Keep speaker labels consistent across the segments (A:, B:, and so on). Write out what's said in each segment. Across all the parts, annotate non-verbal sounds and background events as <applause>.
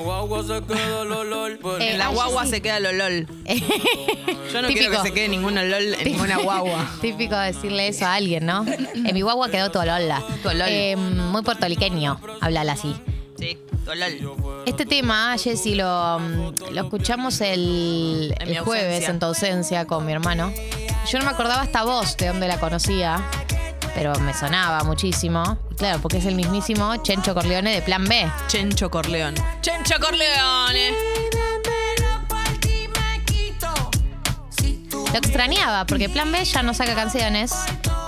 A: guagua se queda el olor. Pero
B: Eh,
C: En la
B: ah, yo
C: guagua
B: sí.
C: se queda el olor. Yo no quiero
B: Típico.
C: que se quede ningún olor en <laughs> ninguna guagua.
B: Típico decirle eso a alguien, ¿no? En mi guagua quedó Tolola.
C: Tolola.
B: Eh, muy puertorriqueño, hablar así.
C: Sí, olor.
B: Este tema, Jessy, lo, mm, lo escuchamos el, el
C: En mi
B: jueves
C: ausencia.
B: en tu ausencia con mi hermano. Yo no me acordaba esta voz de dónde la conocía, pero me sonaba muchísimo. Y Claro, porque es el mismísimo Chencho Corleone de Plan B.
C: Chencho Corleone. Chencho Corleone.
B: Lo extrañaba, porque Plan B ya no saca canciones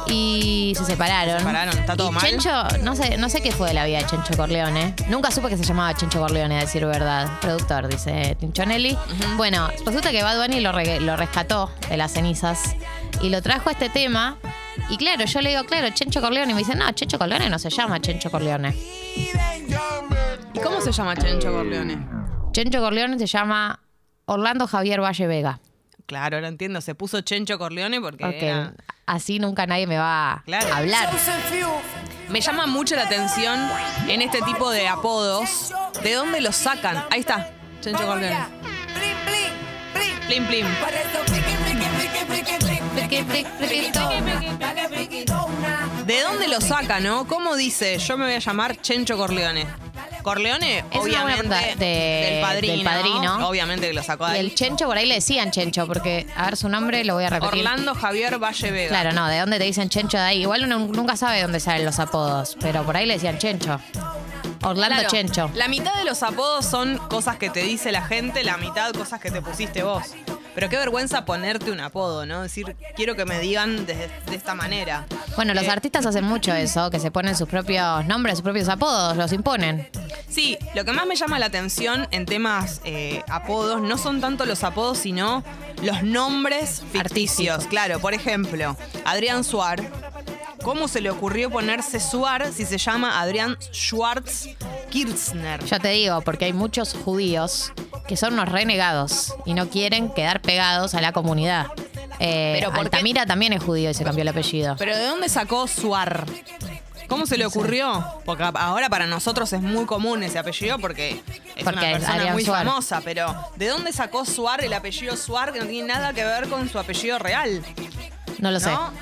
B: y se separaron.
C: separaron, está todo
B: Y
C: mal.
B: Chencho, no sé, no sé qué fue de la vida de Chencho Corleone. Nunca supe que se llamaba Chencho Corleone, a decir verdad. Productor, dice Tinchonelli. Bueno, resulta que Bad Bunny lo, re- lo rescató de las cenizas y lo trajo a este tema. Y claro, yo le digo, claro, Chencho Corleone. Y me dice, no, Chencho Corleone no se llama Chencho Corleone.
C: ¿Y ¿Cómo se llama Chencho
B: Eh.
C: Corleone?
B: Chencho Corleone se llama Orlando Javier Valle Vega.
C: Claro, lo entiendo. Se puso Chencho Corleone porque.
B: Porque
C: era-
B: así nunca nadie me va
C: Claro.
B: a hablar.
C: Me llama mucho la atención en este tipo de apodos. ¿De dónde los sacan? Ahí está, Chencho Corleone. Plim, plim. ¿De dónde lo saca, no? ¿Cómo dice? Yo me voy a llamar Chencho Corleone. Corleone,
B: una buena
C: obviamente,
B: pregunta. De-
C: del, padrino,
B: del Padrino.
C: Obviamente que lo sacó
B: Y
C: de
B: el
C: ahí.
B: Chencho, por ahí le decían Chencho, porque a ver su nombre lo voy a repetir.
C: Orlando Javier Valle Vega.
B: Claro, no, de dónde te dicen Chencho de ahí. Igual uno nunca sabe dónde salen los apodos, pero por ahí le decían Chencho. Orlando
C: Claro,
B: Chencho.
C: La mitad de los apodos son cosas que te dice la gente, la mitad cosas que te pusiste vos. Pero qué vergüenza ponerte un apodo, ¿no? Decir, quiero que me digan de, de esta manera.
B: Bueno, los
C: Eh,
B: artistas hacen mucho eso, que se ponen sus propios nombres, sus propios apodos, los imponen.
C: Sí, lo que más me llama la atención en temas eh, apodos no son tanto los apodos, sino los nombres ficticios. Claro, por ejemplo, Adrián Suar. ¿Cómo se le ocurrió ponerse Suar si se llama Adrián Schwartz Kirchner?
B: Yo te digo, porque hay muchos judíos que son unos renegados y no quieren quedar pegados a la comunidad. Eh,
C: Pero ¿por qué?
B: Altamira también es judío y se cambió el apellido.
C: Pero ¿de dónde sacó Suar? ¿Cómo se le ocurrió? Porque a- ahora para nosotros es muy común ese apellido porque es
B: Porque
C: una
B: es
C: persona
B: Adrián
C: muy
B: Suar.
C: famosa, pero ¿de dónde sacó Suar el apellido Suar que no tiene nada que ver con su apellido real?
B: No lo sé.
C: ¿no?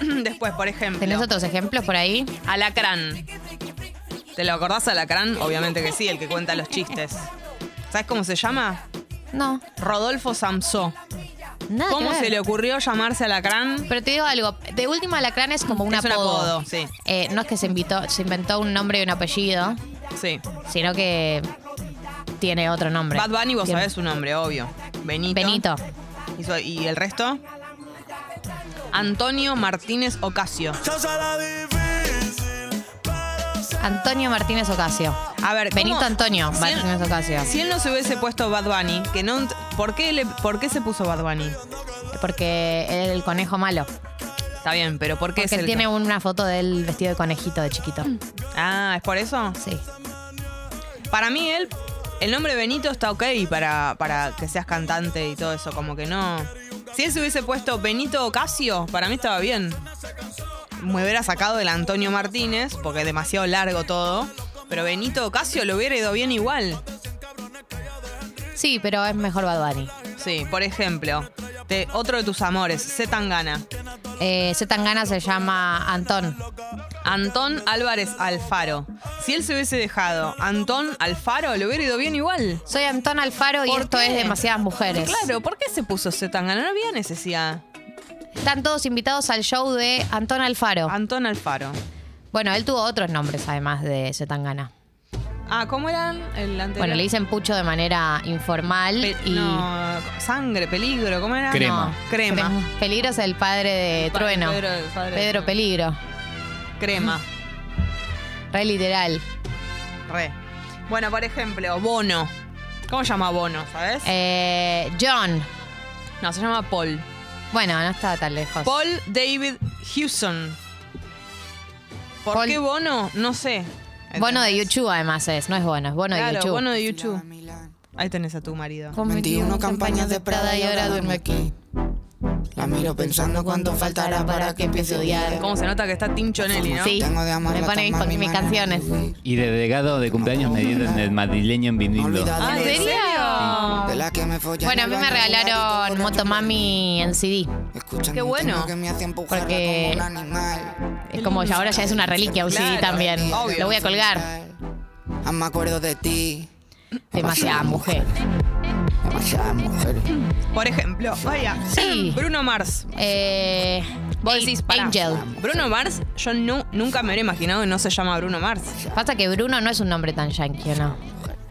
C: <clears throat> Después, por ejemplo,
B: ¿Tenés otros ejemplos por ahí?
C: Alacrán. ¿Te lo acordás Alacrán? Obviamente que sí, el que cuenta los chistes. ¿Sabes cómo se llama?
B: No.
C: Rodolfo Samsó.
B: Ah, Nada que
C: ¿Cómo
B: ver.
C: se le ocurrió llamarse Alacrán?
B: Pero te digo algo, de última Alacrán es como un
C: Es un
B: apodo.
C: apodo, sí.
B: Eh, no es que se, invitó, se inventó un nombre y un apellido,
C: Sí.
B: sino que tiene otro nombre.
C: Bad Bunny, vos
B: Tiene-
C: sabés su nombre, obvio. Benito.
B: Benito.
C: ¿Y, su- y el resto? Antonio Martínez Ocasio.
B: Antonio Martínez Ocasio.
C: A ver, ¿cómo-
B: Benito Antonio
C: Si él-
B: Martínez Ocasio.
C: Si él no se hubiese puesto Bad Bunny, que no, ent- ¿por, qué le- ¿por qué se puso Bad Bunny?
B: Porque él es el conejo malo.
C: Está bien, pero ¿por qué
B: Porque
C: es el-
B: tiene una foto de él vestido de conejito de chiquito.
C: Ah, ¿es por eso?
B: Sí.
C: Para mí él, el nombre Benito está ok para, para que seas cantante y todo eso, como que no... Si él se hubiese puesto Benito Ocasio, para mí estaba bien. Me hubiera sacado el Antonio Martínez, porque es demasiado largo todo. Pero Benito Ocasio lo hubiera ido bien igual.
B: Sí, pero es mejor Bad Bunny.
C: Sí, por ejemplo, de otro de tus amores, C. Tangana.
B: Eh, Z Tangana se llama Antón.
C: Antón Álvarez Alfaro. Si él se hubiese dejado Antón Alfaro, lo hubiera ido bien igual.
B: Soy Antón Alfaro y
C: ¿Por
B: esto
C: qué?
B: es Demasiadas Mujeres.
C: Claro, ¿por qué se puso C. Tangana? No había necesidad.
B: Están todos invitados al show de Antón Alfaro.
C: Antón Alfaro.
B: Bueno, él tuvo otros nombres además de Zetangana.
C: Ah, ¿cómo eran el anterior?
B: Bueno, le dicen Pucho de manera informal
C: Pe-
B: y.
C: No, sangre, peligro, ¿cómo era?
D: Crema.
B: no,
C: Crema.
B: Crema. Peligro es el padre de
C: Pa-
B: Trueno.
C: Pedro, el padre de
B: Pedro
C: Trueno.
B: Peligro.
C: Crema.
B: Re literal.
C: Re. Bueno, por ejemplo, Bono. ¿Cómo se llama Bono, sabes?
B: Eh, John.
C: no, se llama Paul.
B: Bueno, no estaba tan lejos.
C: Paul David Hewson. ¿Por
B: Paul-
C: qué Bono? No sé.
B: Bono de
C: ¿Entendés?
B: YouTube además es, no es Bono, es Bono
C: Claro,
B: de YouTube.
C: Bono de YouTube. Ahí tenés a tu marido.
B: Con
E: 21 campañas de Prada y ahora duerme aquí. La
D: La miro pensando cuánto faltará para que empiece a odiar.
C: ¿Cómo se nota que está Tincho Nelly, no?
B: Sí,
D: Tengo de amarla
B: me pone mis,
D: tan mal mi
B: mis
D: mano.
B: canciones.
E: Y de delegado de cumpleaños me dieron el madrileño en vinilo.
D: Olvidado
C: Ah,
B: ¿En
D: de-
C: ¿en serio?
D: de la que me follé
B: Bueno, a
D: en
B: mí
D: el
B: me
D: baño,
B: regalaron
D: jugadito,
B: Motomami en CD.
D: Escuchando
C: Qué
D: un
C: bueno.
D: tema que me hace empujarla
B: Porque-
D: como un animal.
B: Es como ya ahora ya es una reliquia un CD
C: Claro,
B: también.
C: obvio.
B: Lo voy a colgar.
D: Ah, me acuerdo de ti.
B: Demasiada mujer.
D: Demasiada mujer.
C: Por ejemplo, vaya,
B: Sí.
C: <clears throat> Bruno Mars.
B: Eh,
C: Vos decís, pará.
B: Angel.
C: Bruno Mars, yo nu- nunca me hubiera imaginado que no se llama Bruno Mars.
B: Pasa que Bruno no es un nombre tan yankee, ¿o no?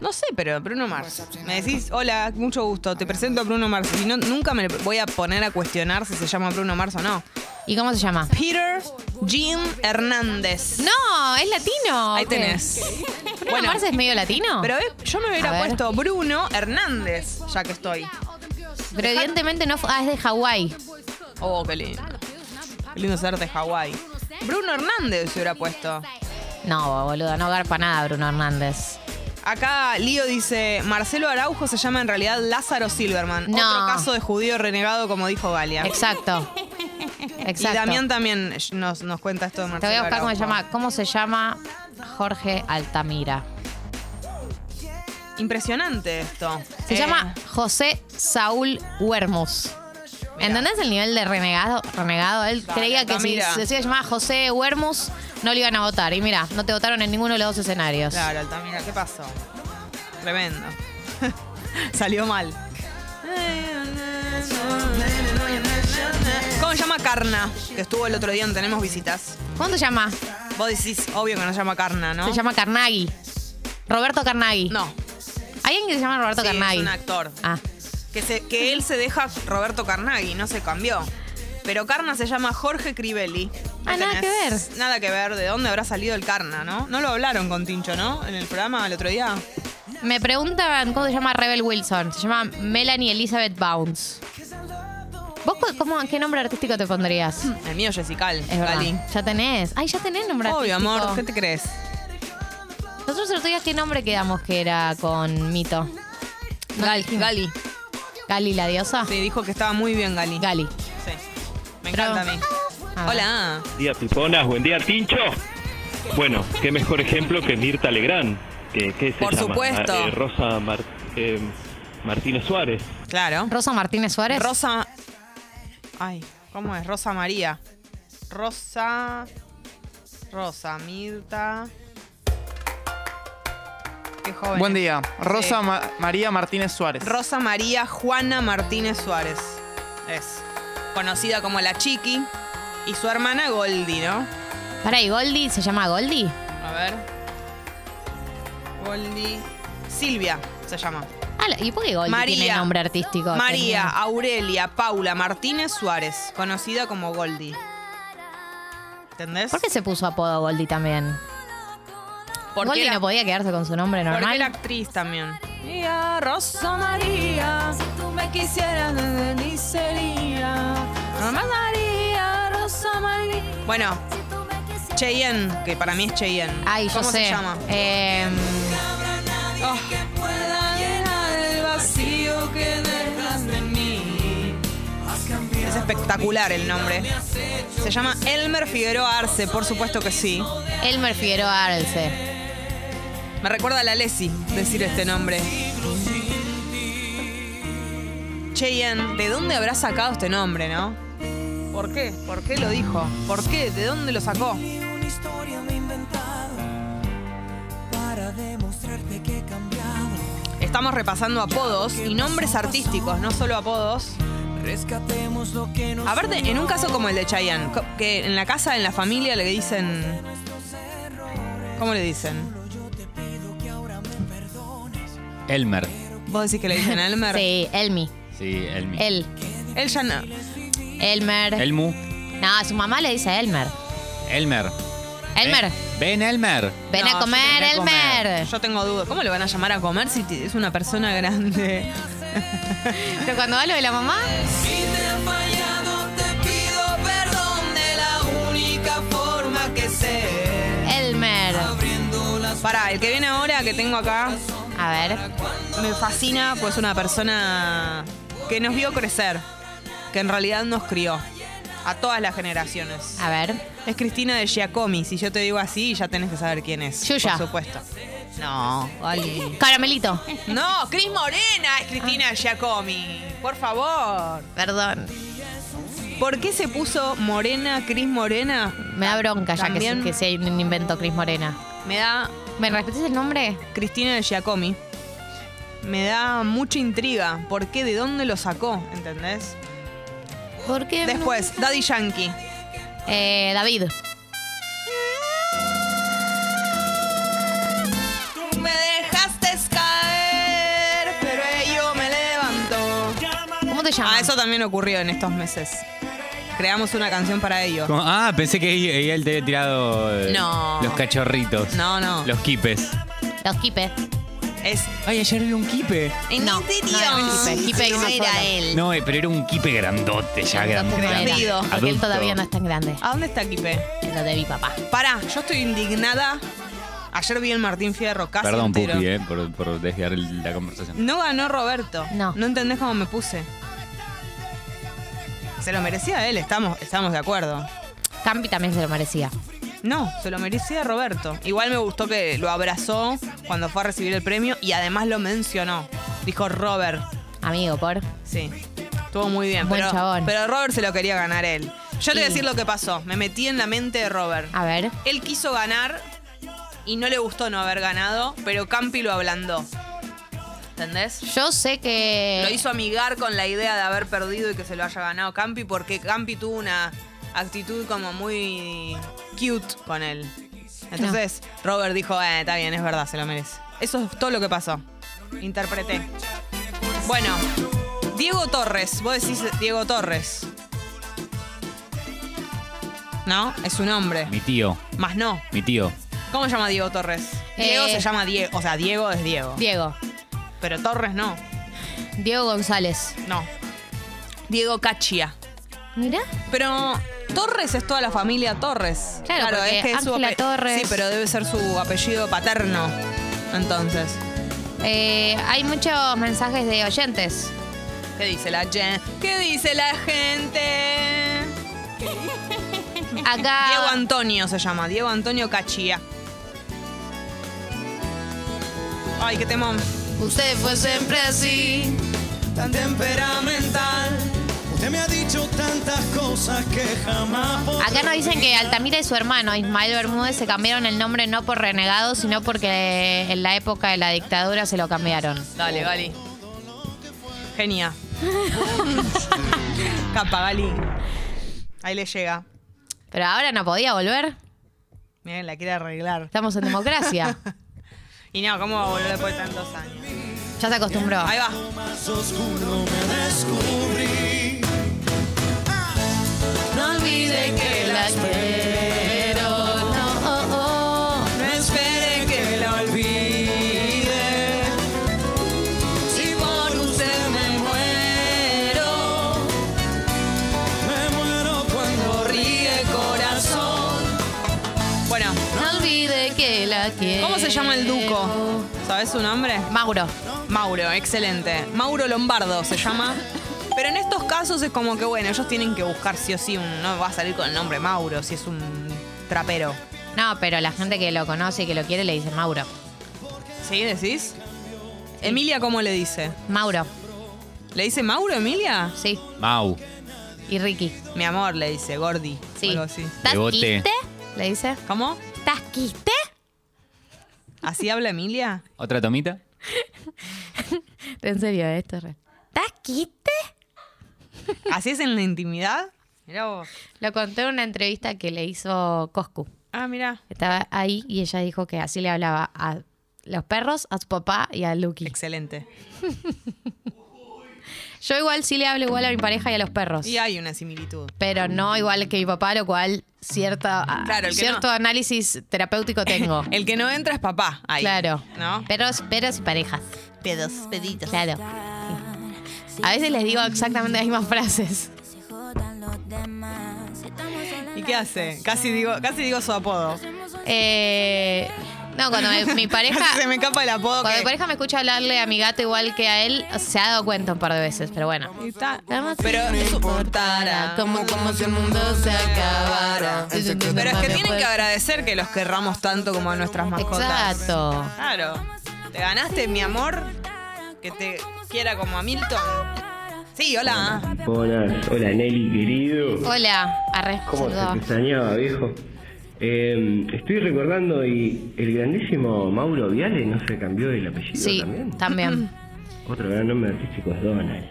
C: No sé, pero Bruno Mars. Me decís, hola, mucho gusto, te presento a Bruno Mars. Y no, nunca me voy a poner a cuestionar si se llama Bruno Mars o no.
B: ¿Y cómo se llama?
C: Peter Jim Hernández.
B: No, es latino.
C: Ahí
B: ¿o qué?
C: tenés.
B: ¿Bruno
C: Bueno.
B: Mars es medio latino?
C: Pero eh, yo me
B: Ah. A
C: hubiera
B: ver.
C: puesto Bruno Hernández, ya que estoy.
B: Pero evidentemente no fue. Ah, es de Hawái.
C: Oh, qué lindo. Qué lindo ser de Hawái. Bruno Hernández se hubiera puesto.
B: No, boludo, no garpa nada Bruno Hernández.
C: Acá Lío dice, Marcelo Araujo se llama en realidad Lázaro Silverman.
B: No.
C: Otro caso de judío renegado, como dijo Galia.
B: Exacto.
C: Y
B: Exacto.
C: Damián también nos, nos cuenta esto de
B: Te
C: Marcelo
B: voy a buscar cómo se
C: Araujo.
B: llama. ¿Cómo se llama Jorge Altamira?
C: Impresionante esto.
B: Se
C: Eh,
B: llama José Saúl Huermus. ¿Entendés el nivel de renegado? renegado? Él
C: Dale,
B: creía que si
C: Altamira.
B: se decía llamaba José Huermus, no le iban a votar. Y mira, no te votaron en ninguno de los dos escenarios.
C: Claro, Altamira, ¿qué pasó? Tremendo. <laughs> Salió mal. ¿Cómo se llama Carna? Que estuvo el otro día en Tenemos Visitas.
B: ¿Cómo se llama?
C: Vos decís, obvio que no se llama Carna, ¿no?
B: Se llama Carnaghi. Roberto Carnaghi.
C: No,
B: ¿Hay alguien que se llama Roberto
C: sí,
B: Carnaghi?
C: es un actor.
B: Ah,
C: Que, se- que él se deja Roberto Carnaghi, no se cambió. Pero Carna se llama Jorge Crivelli.
B: Ah,
C: ¿Qué
B: nada
C: tenés?
B: que
C: Nada que ver. ¿De dónde habrá salido el Carna, no? No lo hablaron con Tincho, ¿no? En el programa el otro día.
B: me preguntan cómo se llama Rebel Wilson. Se llama Melanie Elizabeth Bounce. ¿Vos cu- cómo, qué nombre artístico te pondrías?
C: El mío, Jessical.
B: Es verdad.
C: Gali.
B: Ya tenés. Ay, ya tenés nombre
C: Obvio,
B: artístico.
C: amor. ¿Qué te crees?
B: Nosotros el otro día, ¿qué nombre quedamos que era con Mito? No dijimos.
C: Gali.
B: Gali, la diosa.
C: Sí, dijo que estaba muy bien Gali.
B: Gali.
C: Sí. Me
B: Pero-
C: encanta a mí.
B: Ah.
C: Hola.
F: Buen día, Piponas. Buen día, Tincho. Bueno, qué mejor ejemplo que Mirta Legrand. Que, que se
C: Por
F: llama?
C: supuesto.
F: Ah, eh, Rosa Mar- eh, Martínez Suárez.
C: Claro.
B: Rosa Martínez Suárez.
C: Rosa. Ay, ¿cómo es? Rosa María. Rosa. Rosa Mirta. Qué joven.
G: Buen día. Rosa
C: Sí.
G: Ma- María Martínez Suárez.
C: Rosa María Juana Martínez Suárez. Es. Conocida como la Chiqui. Y su hermana Goldie, ¿no?
B: Pará, ¿y Goldie? ¿Se llama Goldie?
C: A ver. Goldie. Silvia se llama.
B: Ah, la- ¿y por qué Goldie
C: María.
B: tiene nombre artístico?
C: María
B: Tenía-
C: Aurelia Paula Martínez Suárez, conocida como Goldie. ¿Entendés?
B: ¿Por qué se puso apodo Goldie también?
C: Porque
B: Goldie
C: era-
B: no podía quedarse con su nombre
C: porque era
B: normal.
C: actriz también. María, Rosa María, si tú me quisieras, de mí sería. Rosa María, Rosa María. Bueno, Cheyenne, que para mí es Cheyenne.
B: Ay, yo
C: ¿Cómo
B: sé.
C: se llama?
B: Eh,
C: Oh. Es espectacular el nombre. Se llama Elmer Figueroa Arce, por supuesto que sí.
B: Elmer Figueroa Arce.
C: Me recuerda a la Lesi decir este nombre. Cheyenne, ¿de dónde habrá sacado este nombre, no? ¿Por qué? ¿Por qué lo dijo? ¿Por qué? ¿De dónde lo sacó?
H: una historia me he inventado para demostrarte que he cambiado.
C: Estamos repasando apodos y nombres artísticos, no solo apodos.
H: Rescatemos lo que nos
C: Aparte, en un caso como el de Chayanne, co- que en la casa, en la familia, le dicen. ¿Cómo le dicen?
E: Elmer.
C: ¿Vos decís que le dicen Elmer?
B: Sí, Elmi.
E: Sí, Elmi.
B: El.
C: Él ya no.
B: Elmer.
E: Elmu.
B: No, su mamá le dice Elmer.
E: Elmer.
B: Elmer.
E: Ven, ven, Elmer.
B: Ven
C: No,
B: a
C: yo
B: comer,
C: tengo que comer.
B: Elmer.
C: Yo tengo dudas. ¿Cómo le van a llamar a comer si te- es una persona
H: <laughs>
C: grande?
B: Pero cuando va lo de la mamá,
H: Si te he fallado, te pido perdón de la única forma que sé.
B: Elmer.
C: Pará, el que viene ahora que tengo acá
B: A ver.
C: me fascina, pues una persona que nos vio crecer. que en realidad nos crió. A todas las generaciones.
B: A ver.
C: Es Cristina de Giacomi. Si yo te digo así, ya tenés que saber quién es.
B: Yuya.
C: Por supuesto. No, vale.
B: Caramelito.
C: No, Cris Morena es Cristina de Giacomi. Por favor.
B: Perdón.
C: ¿Por qué se puso Morena, Cris Morena?
B: Me da bronca ya que,
C: También-
B: se- que se inventó Cris Morena.
C: Me da
B: ¿Me repetes el nombre?
C: Cristina de Giacomi. Me da mucha intriga. ¿Por qué? ¿De dónde lo sacó? ¿Entendés?
B: ¿Por qué?
C: Después, Daddy Yankee.
B: Eh, David.
C: Tú me dejaste caer, pero ello me levantó.
B: ¿Cómo te llamas?
C: Ah, eso también ocurrió en estos meses. Creamos una canción para ello.
E: Como- ah, pensé que ahí- ahí él te había tirado eh,
C: No.
E: los cachorritos.
C: No, no.
E: Los quipes.
B: Los Kipe.
C: Es. este
E: Ay, ayer era un quipe.
B: No, no era un kipe, kipe era solo.
C: él.
E: No, eh, pero era un quipe grandote, ya
B: Tampoco
E: grande.
B: era,
C: Crecido.
B: Porque él
E: Adulto.
B: todavía no es tan grande.
C: ¿A dónde está Kipe?
B: Lo de mi papá.
C: Pará, yo estoy indignada. Ayer vi el Martín Fierro casi
E: Perdón,
C: entero.
E: Pupi, eh, por, por desviar el- la conversación.
C: No ganó Roberto.
B: No.
C: No entendés cómo me puse. Se lo merecía él, estamos, estamos de acuerdo.
B: Campi también se lo merecía.
C: No, se lo merecía Roberto. Igual me gustó que lo abrazó cuando fue a recibir el premio y además lo mencionó. Dijo Robert.
B: Amigo, por.
C: Sí. Estuvo muy bien.
B: Buen
C: pero,
B: chabón.
C: pero Robert se lo quería ganar él. Yo te voy a
B: Y- Ah.
C: decir lo que pasó. Me metí en la mente de Robert.
B: A ver.
C: Él quiso ganar y no le gustó no haber ganado, pero Campi lo ablandó. ¿Entendés?
B: Yo sé que.
C: Lo hizo amigar con la idea de haber perdido y que se lo haya ganado Campi, porque Campi tuvo una actitud como muy cute con él. Entonces, Robert dijo, eh, está bien, es verdad, se lo merece. Eso es todo lo que pasó. Interpreté. Bueno, Diego Torres, vos decís Diego Torres. ¿No? Es un hombre.
E: Mi tío,
C: Más no.
E: mi tío.
C: ¿Cómo se llama Diego Torres?
B: Eh.
C: Diego se llama Diego. O sea, Diego es Diego.
B: Diego.
C: Pero Torres no.
B: Diego González.
C: No. Diego Cachia.
B: Mira.
C: Pero Torres es toda la familia Torres.
B: Claro, porque Ángela
C: ape-
B: Torres-
C: Sí, pero debe ser su apellido paterno. Entonces,
B: Eh, hay muchos mensajes de oyentes.
C: ¿qué dice la gente? ¿Qué dice la gente?
B: Acá.
C: <laughs> Diego Antonio se llama, Diego Antonio Cachía. Ay, qué temón.
B: Usted fue siempre así.
H: tan temperamental. Usted me ha dicho tantas cosas que jamás podré
B: Acá nos dicen que Altamira y su hermano Ismael Bermúdez se cambiaron el nombre no por renegado, sino porque en la época de la dictadura se lo cambiaron.
C: Dale, Gali.
B: <laughs>
C: Genia. Capa, Gali. Ahí le llega.
B: Pero ahora no podía volver.
C: Miren, la quiere arreglar.
B: Estamos
H: <laughs>
B: en democracia.
C: Y no, ¿cómo va a volver después de tantos años?
B: Ya se acostumbró.
C: Ahí va.
H: más oscuro me descubrí. No olvide que la oh, espero, no espere que la olvide. Si por usted me muero, me muero cuando ríe corazón.
C: Bueno,
B: No olvide que la quiero.
C: ¿cómo se llama el duco? ¿Sabes su nombre?
B: Mauro.
C: Mauro, excelente. Mauro Lombardo se llama. Pero en estos casos es como que, bueno, ellos tienen que buscar sí o sí, un, no va a salir con el nombre Mauro, si es un trapero.
B: No, pero la gente que lo conoce y que lo quiere le dice Mauro.
C: ¿Sí decís? Emilia, ¿cómo le dice?
B: Mauro,
C: ¿Le dice Mauro, Emilia?
B: sí.
E: Mau,
B: Y Ricky.
C: Mi amor, le dice, Gordi.
B: Sí.
C: Algo así.
B: ¿Estás
E: Bebote.
B: quiste? Le dice.
C: ¿Cómo?
B: ¿Estás quiste?
C: ¿Así habla Emilia?
E: ¿otra tomita?
B: En serio, esto es real. ¿Estás quiste?
C: ¿Así es en la intimidad? Mirá vos.
B: Lo conté en una entrevista que le hizo Coscu.
C: Ah, mirá.
B: Estaba ahí y ella dijo que así le hablaba a los perros, a su papá y a Lucky.
C: Excelente.
B: Yo igual sí le hablo igual a mi pareja y a los perros.
C: Y hay una similitud.
B: Pero no igual que mi papá, lo cual cierta,
C: Claro, el que
B: cierto
C: no.
B: análisis terapéutico tengo.
C: <laughs> El que no entra es papá. Ahí.
B: Claro.
C: ¿No?
B: Perros, perros y parejas.
C: Pedos, peditos.
B: Claro. Sí. A veces les digo exactamente las mismas frases.
C: ¿Y qué hace? Casi digo, casi digo su apodo.
B: Eh, No, cuando me-
C: <laughs>
B: mi pareja.
C: Casi se me escapa el apodo.
B: Cuando
C: que-
B: mi pareja me escucha hablarle a mi gato igual que a él, se ha dado cuenta un par de veces, pero bueno.
C: Está-
B: Además,
C: Pero
B: no
C: eso-
B: importara, como, como si el mundo se acabara.
C: Pero es que tienen que agradecer que los querramos tanto como a nuestras mascotas.
B: Exacto.
C: Claro. Te ganaste, mi amor, que te quiera como a Milton. Sí, hola.
I: Hola, hola Nelly querido.
B: Hola, arre.
I: ¿Cómo
B: saludó.
I: se te extrañaba, viejo? Eh, estoy recordando y el grandísimo Mauro Viale no se cambió el apellido
B: Sí,
I: también.
C: <laughs>
B: también.
I: Otro gran nombre artístico es Donald.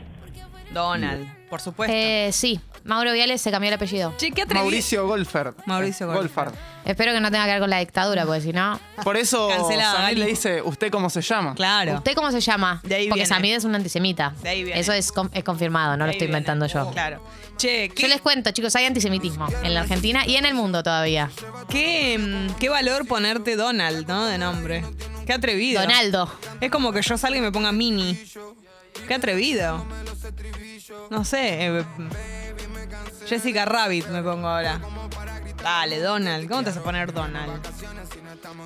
C: Donald, por supuesto.
B: Eh, sí, Mauro Viales se cambió el apellido.
C: che, qué atrevido.
G: Mauricio Golfer.
C: Mauricio Goldfarb.
G: Golfer.
B: Espero que no tenga que ver con la dictadura, porque si no.
G: Por eso
C: Cancelado,
G: Samid
C: Gali.
G: le dice, ¿usted cómo se llama?
C: Claro.
B: ¿Usted cómo se llama?
C: De ahí
B: porque
C: viene.
B: Samid es un antisemita.
C: De ahí viene.
B: Eso es, con- es confirmado, no lo
C: Ahí
B: estoy
C: viene.
B: inventando yo.
C: Claro. Che,
B: Yo
C: ¿qué,
B: les cuento, chicos, hay antisemitismo en la Argentina y en el mundo todavía.
C: qué, mm, qué valor ponerte Donald, ¿no? De nombre. Qué atrevido.
B: Donaldo.
C: Es como que yo salga y me ponga Mini. Qué atrevido. No sé. eh, Jessica Rabbit me pongo ahora. Dale, Donald. ¿Cómo te vas a poner Donald?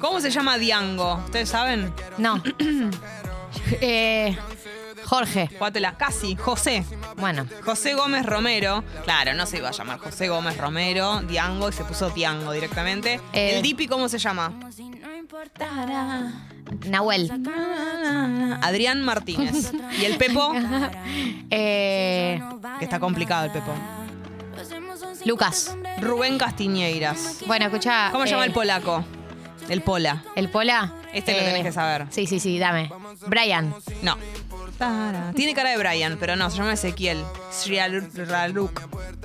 C: ¿Cómo se llama Diango? ¿Ustedes saben? <clears throat>
B: No. Eh, Jorge.
C: Jugátela. Casi. José.
B: Bueno,
C: José Gómez Romero. Claro, no se iba a llamar José Gómez Romero. Diango. Y se puso Diango directamente.
B: Eh.
C: ¿El Dipi cómo se llama?
B: Nahuel.
C: Adrián Martínez. ¿Y el Pepo?
B: Eh,
C: Que está complicado el Pepo.
B: Lucas.
C: Rubén Castiñeiras.
B: Bueno, escucha.
C: ¿Cómo se llama el
B: Pola?
C: polaco? El pola.
B: ¿El Pola? Eh,
C: Este lo tenés que saber.
B: Sí, sí, sí, dame. Brian.
C: No. Tiene cara de Brian, pero no, se llama Ezequiel. Srialuk.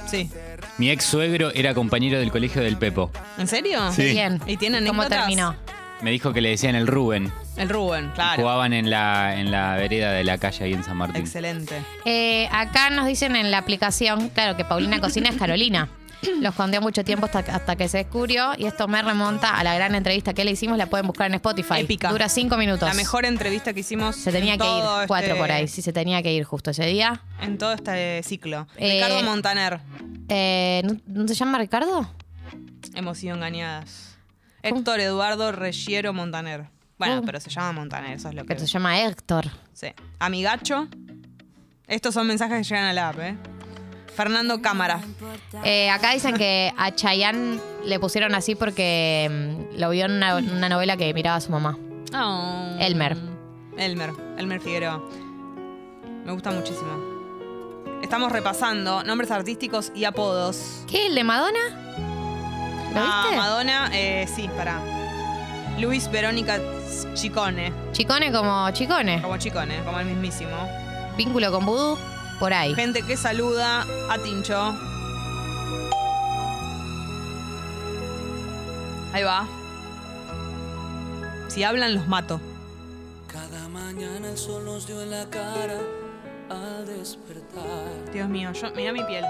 C: Sí.
E: Mi ex suegro era compañero del colegio del Pepo.
C: ¿En serio?
E: Sí.
B: Bien.
C: ¿Y tiene
B: ¿Cómo
C: anécdotas?
B: terminó?
E: Me dijo que le decían el Rubén.
C: El Rubén, claro.
E: Jugaban en la, en la vereda de la calle ahí en San Martín.
C: Excelente.
B: Eh, acá nos dicen en la aplicación, claro, que
C: <laughs>
B: Paulina Cocina es Carolina. Lo escondió mucho tiempo hasta, hasta que se descubrió y esto me remonta a la gran entrevista que le hicimos. La pueden buscar en Spotify.
C: Épica.
B: Dura cinco minutos.
C: La mejor entrevista que hicimos.
B: Se tenía
C: en
B: que ir.
C: todo este-
B: Cuatro por ahí. Sí, se tenía que ir justo ese día.
C: En todo este ciclo.
B: Eh,
C: Ricardo Montaner.
B: Eh, ¿no, no se llama Ricardo?
C: Hemos sido engañadas. Héctor Eduardo Regiero Montaner. Bueno,
B: Oh.
C: pero se llama Montaner, eso es lo que.
B: Pero se llama Héctor.
C: Sí. Amigacho. Estos son mensajes que llegan al app, ¿eh? Fernando Cámara.
B: Eh, acá dicen que a Chayanne le pusieron así porque mm, lo vio en una, una novela que miraba su mamá.
C: Oh.
B: Elmer.
C: Elmer. Elmer Figueroa. Me gusta muchísimo. Estamos repasando nombres artísticos y apodos.
B: ¿Qué? ¿El de Madonna? ¿Lo
C: Ah,
B: viste?
C: Madonna, eh, sí, pará. Luis Verónica Chicone.
B: Chicone como Chicone.
C: Como Chicone, como el mismísimo.
B: Vínculo con vudú, por ahí.
C: Gente que saluda a Tincho. Ahí va. Si hablan, los mato.
A: Cada mañana el sol nos dio en la cara al despertar.
C: Dios mío, yo, mira mi piel.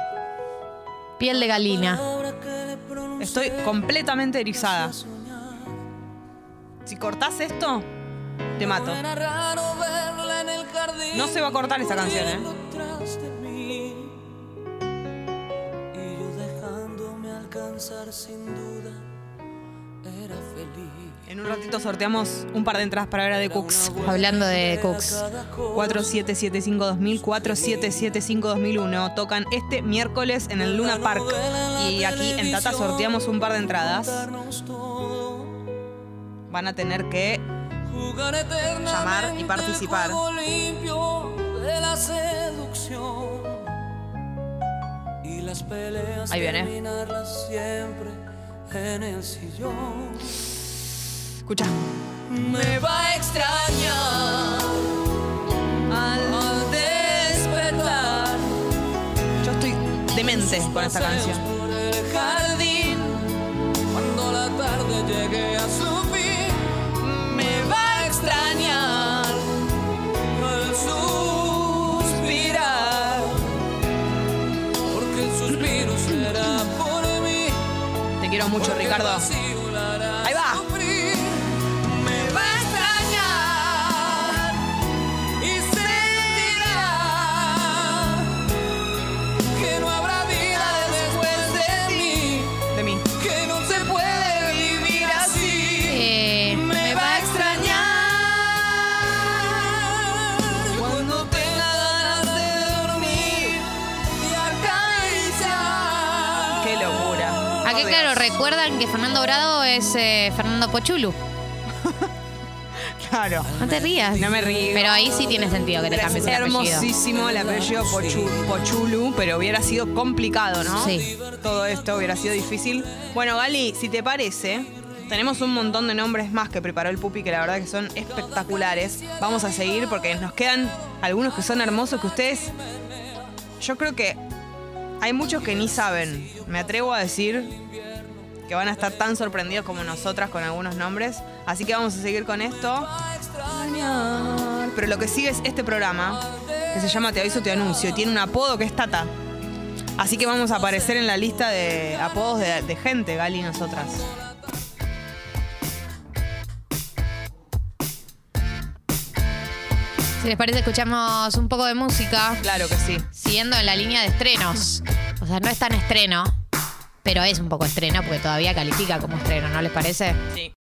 B: Piel de galina.
A: Ahora que le pronuncié
C: Estoy completamente erizada.
A: soñar.
C: Si cortás esto, te mato.
A: Era raro verla en el jardín.
C: No se va a cortar esta canción, ¿eh?
A: corriendo tras de mí. Y yo dejándome alcanzar sin duda. Era feliz.
C: En un ratito sorteamos un par de entradas para ver a The Cooks.
B: Hablando de Cooks.
C: 4775-2000, 4775-2001. Tocan este miércoles en el Luna Park. Y aquí en Tata sorteamos un par de entradas.
A: Darnos todo.
C: Van a tener que...
A: Jugar eternamente
C: Llamar y participar.
A: al juego limpio de la seducción. Y las peleas
C: Ahí viene.
A: terminarlas siempre en el sillón.
C: Escucha.
A: Me va a extrañar al despertar.
C: Yo estoy demente con esta
A: Paseos
C: canción.
A: por el jardín. Cuando la tarde llegue a su fin, me va a extrañar al suspirar. Porque el suspiro será por mí.
C: Te quiero mucho, Ricardo. Ahí
A: Ahí
C: va.
A: Me va a extrañar y sentirá que no habrá vida después de mí,
C: De mí.
A: que no se puede vivir así.
B: Eh,
A: Me va
C: par
B: Acá,
C: de
B: claro,
C: as.
B: recuerdan que Fernando Bravo es eh, Fernando Pochulu.
C: Claro.
B: No te rías.
C: No me río.
B: Pero ahí sí tiene sentido que te cambies el apellido.
C: hermosísimo el apellido Pochu- Pochulu, pero hubiera sido complicado, ¿no?
B: Sí.
C: Todo esto hubiera sido difícil. Bueno, Gali, si te parece, tenemos un montón de nombres más que preparó el Pupi que la verdad que son espectaculares. Vamos a seguir porque nos quedan algunos que son hermosos que ustedes. Yo creo que hay muchos que ni saben. Me atrevo a decir que van a estar tan sorprendidos como nosotras con algunos nombres. Así que vamos a seguir con esto. Pero lo que sigue es este programa, que se llama Te aviso, te anuncio, y tiene un apodo que es Tata. Así que vamos a aparecer en la lista de apodos de, de gente, Gali, y nosotras.
B: Si les parece, escuchamos un poco de música,
C: Claro que sí.
B: siguiendo en la línea de estrenos. O sea, no es tan estreno, pero es un poco estreno porque todavía califica como estreno, ¿no les parece?
C: Sí.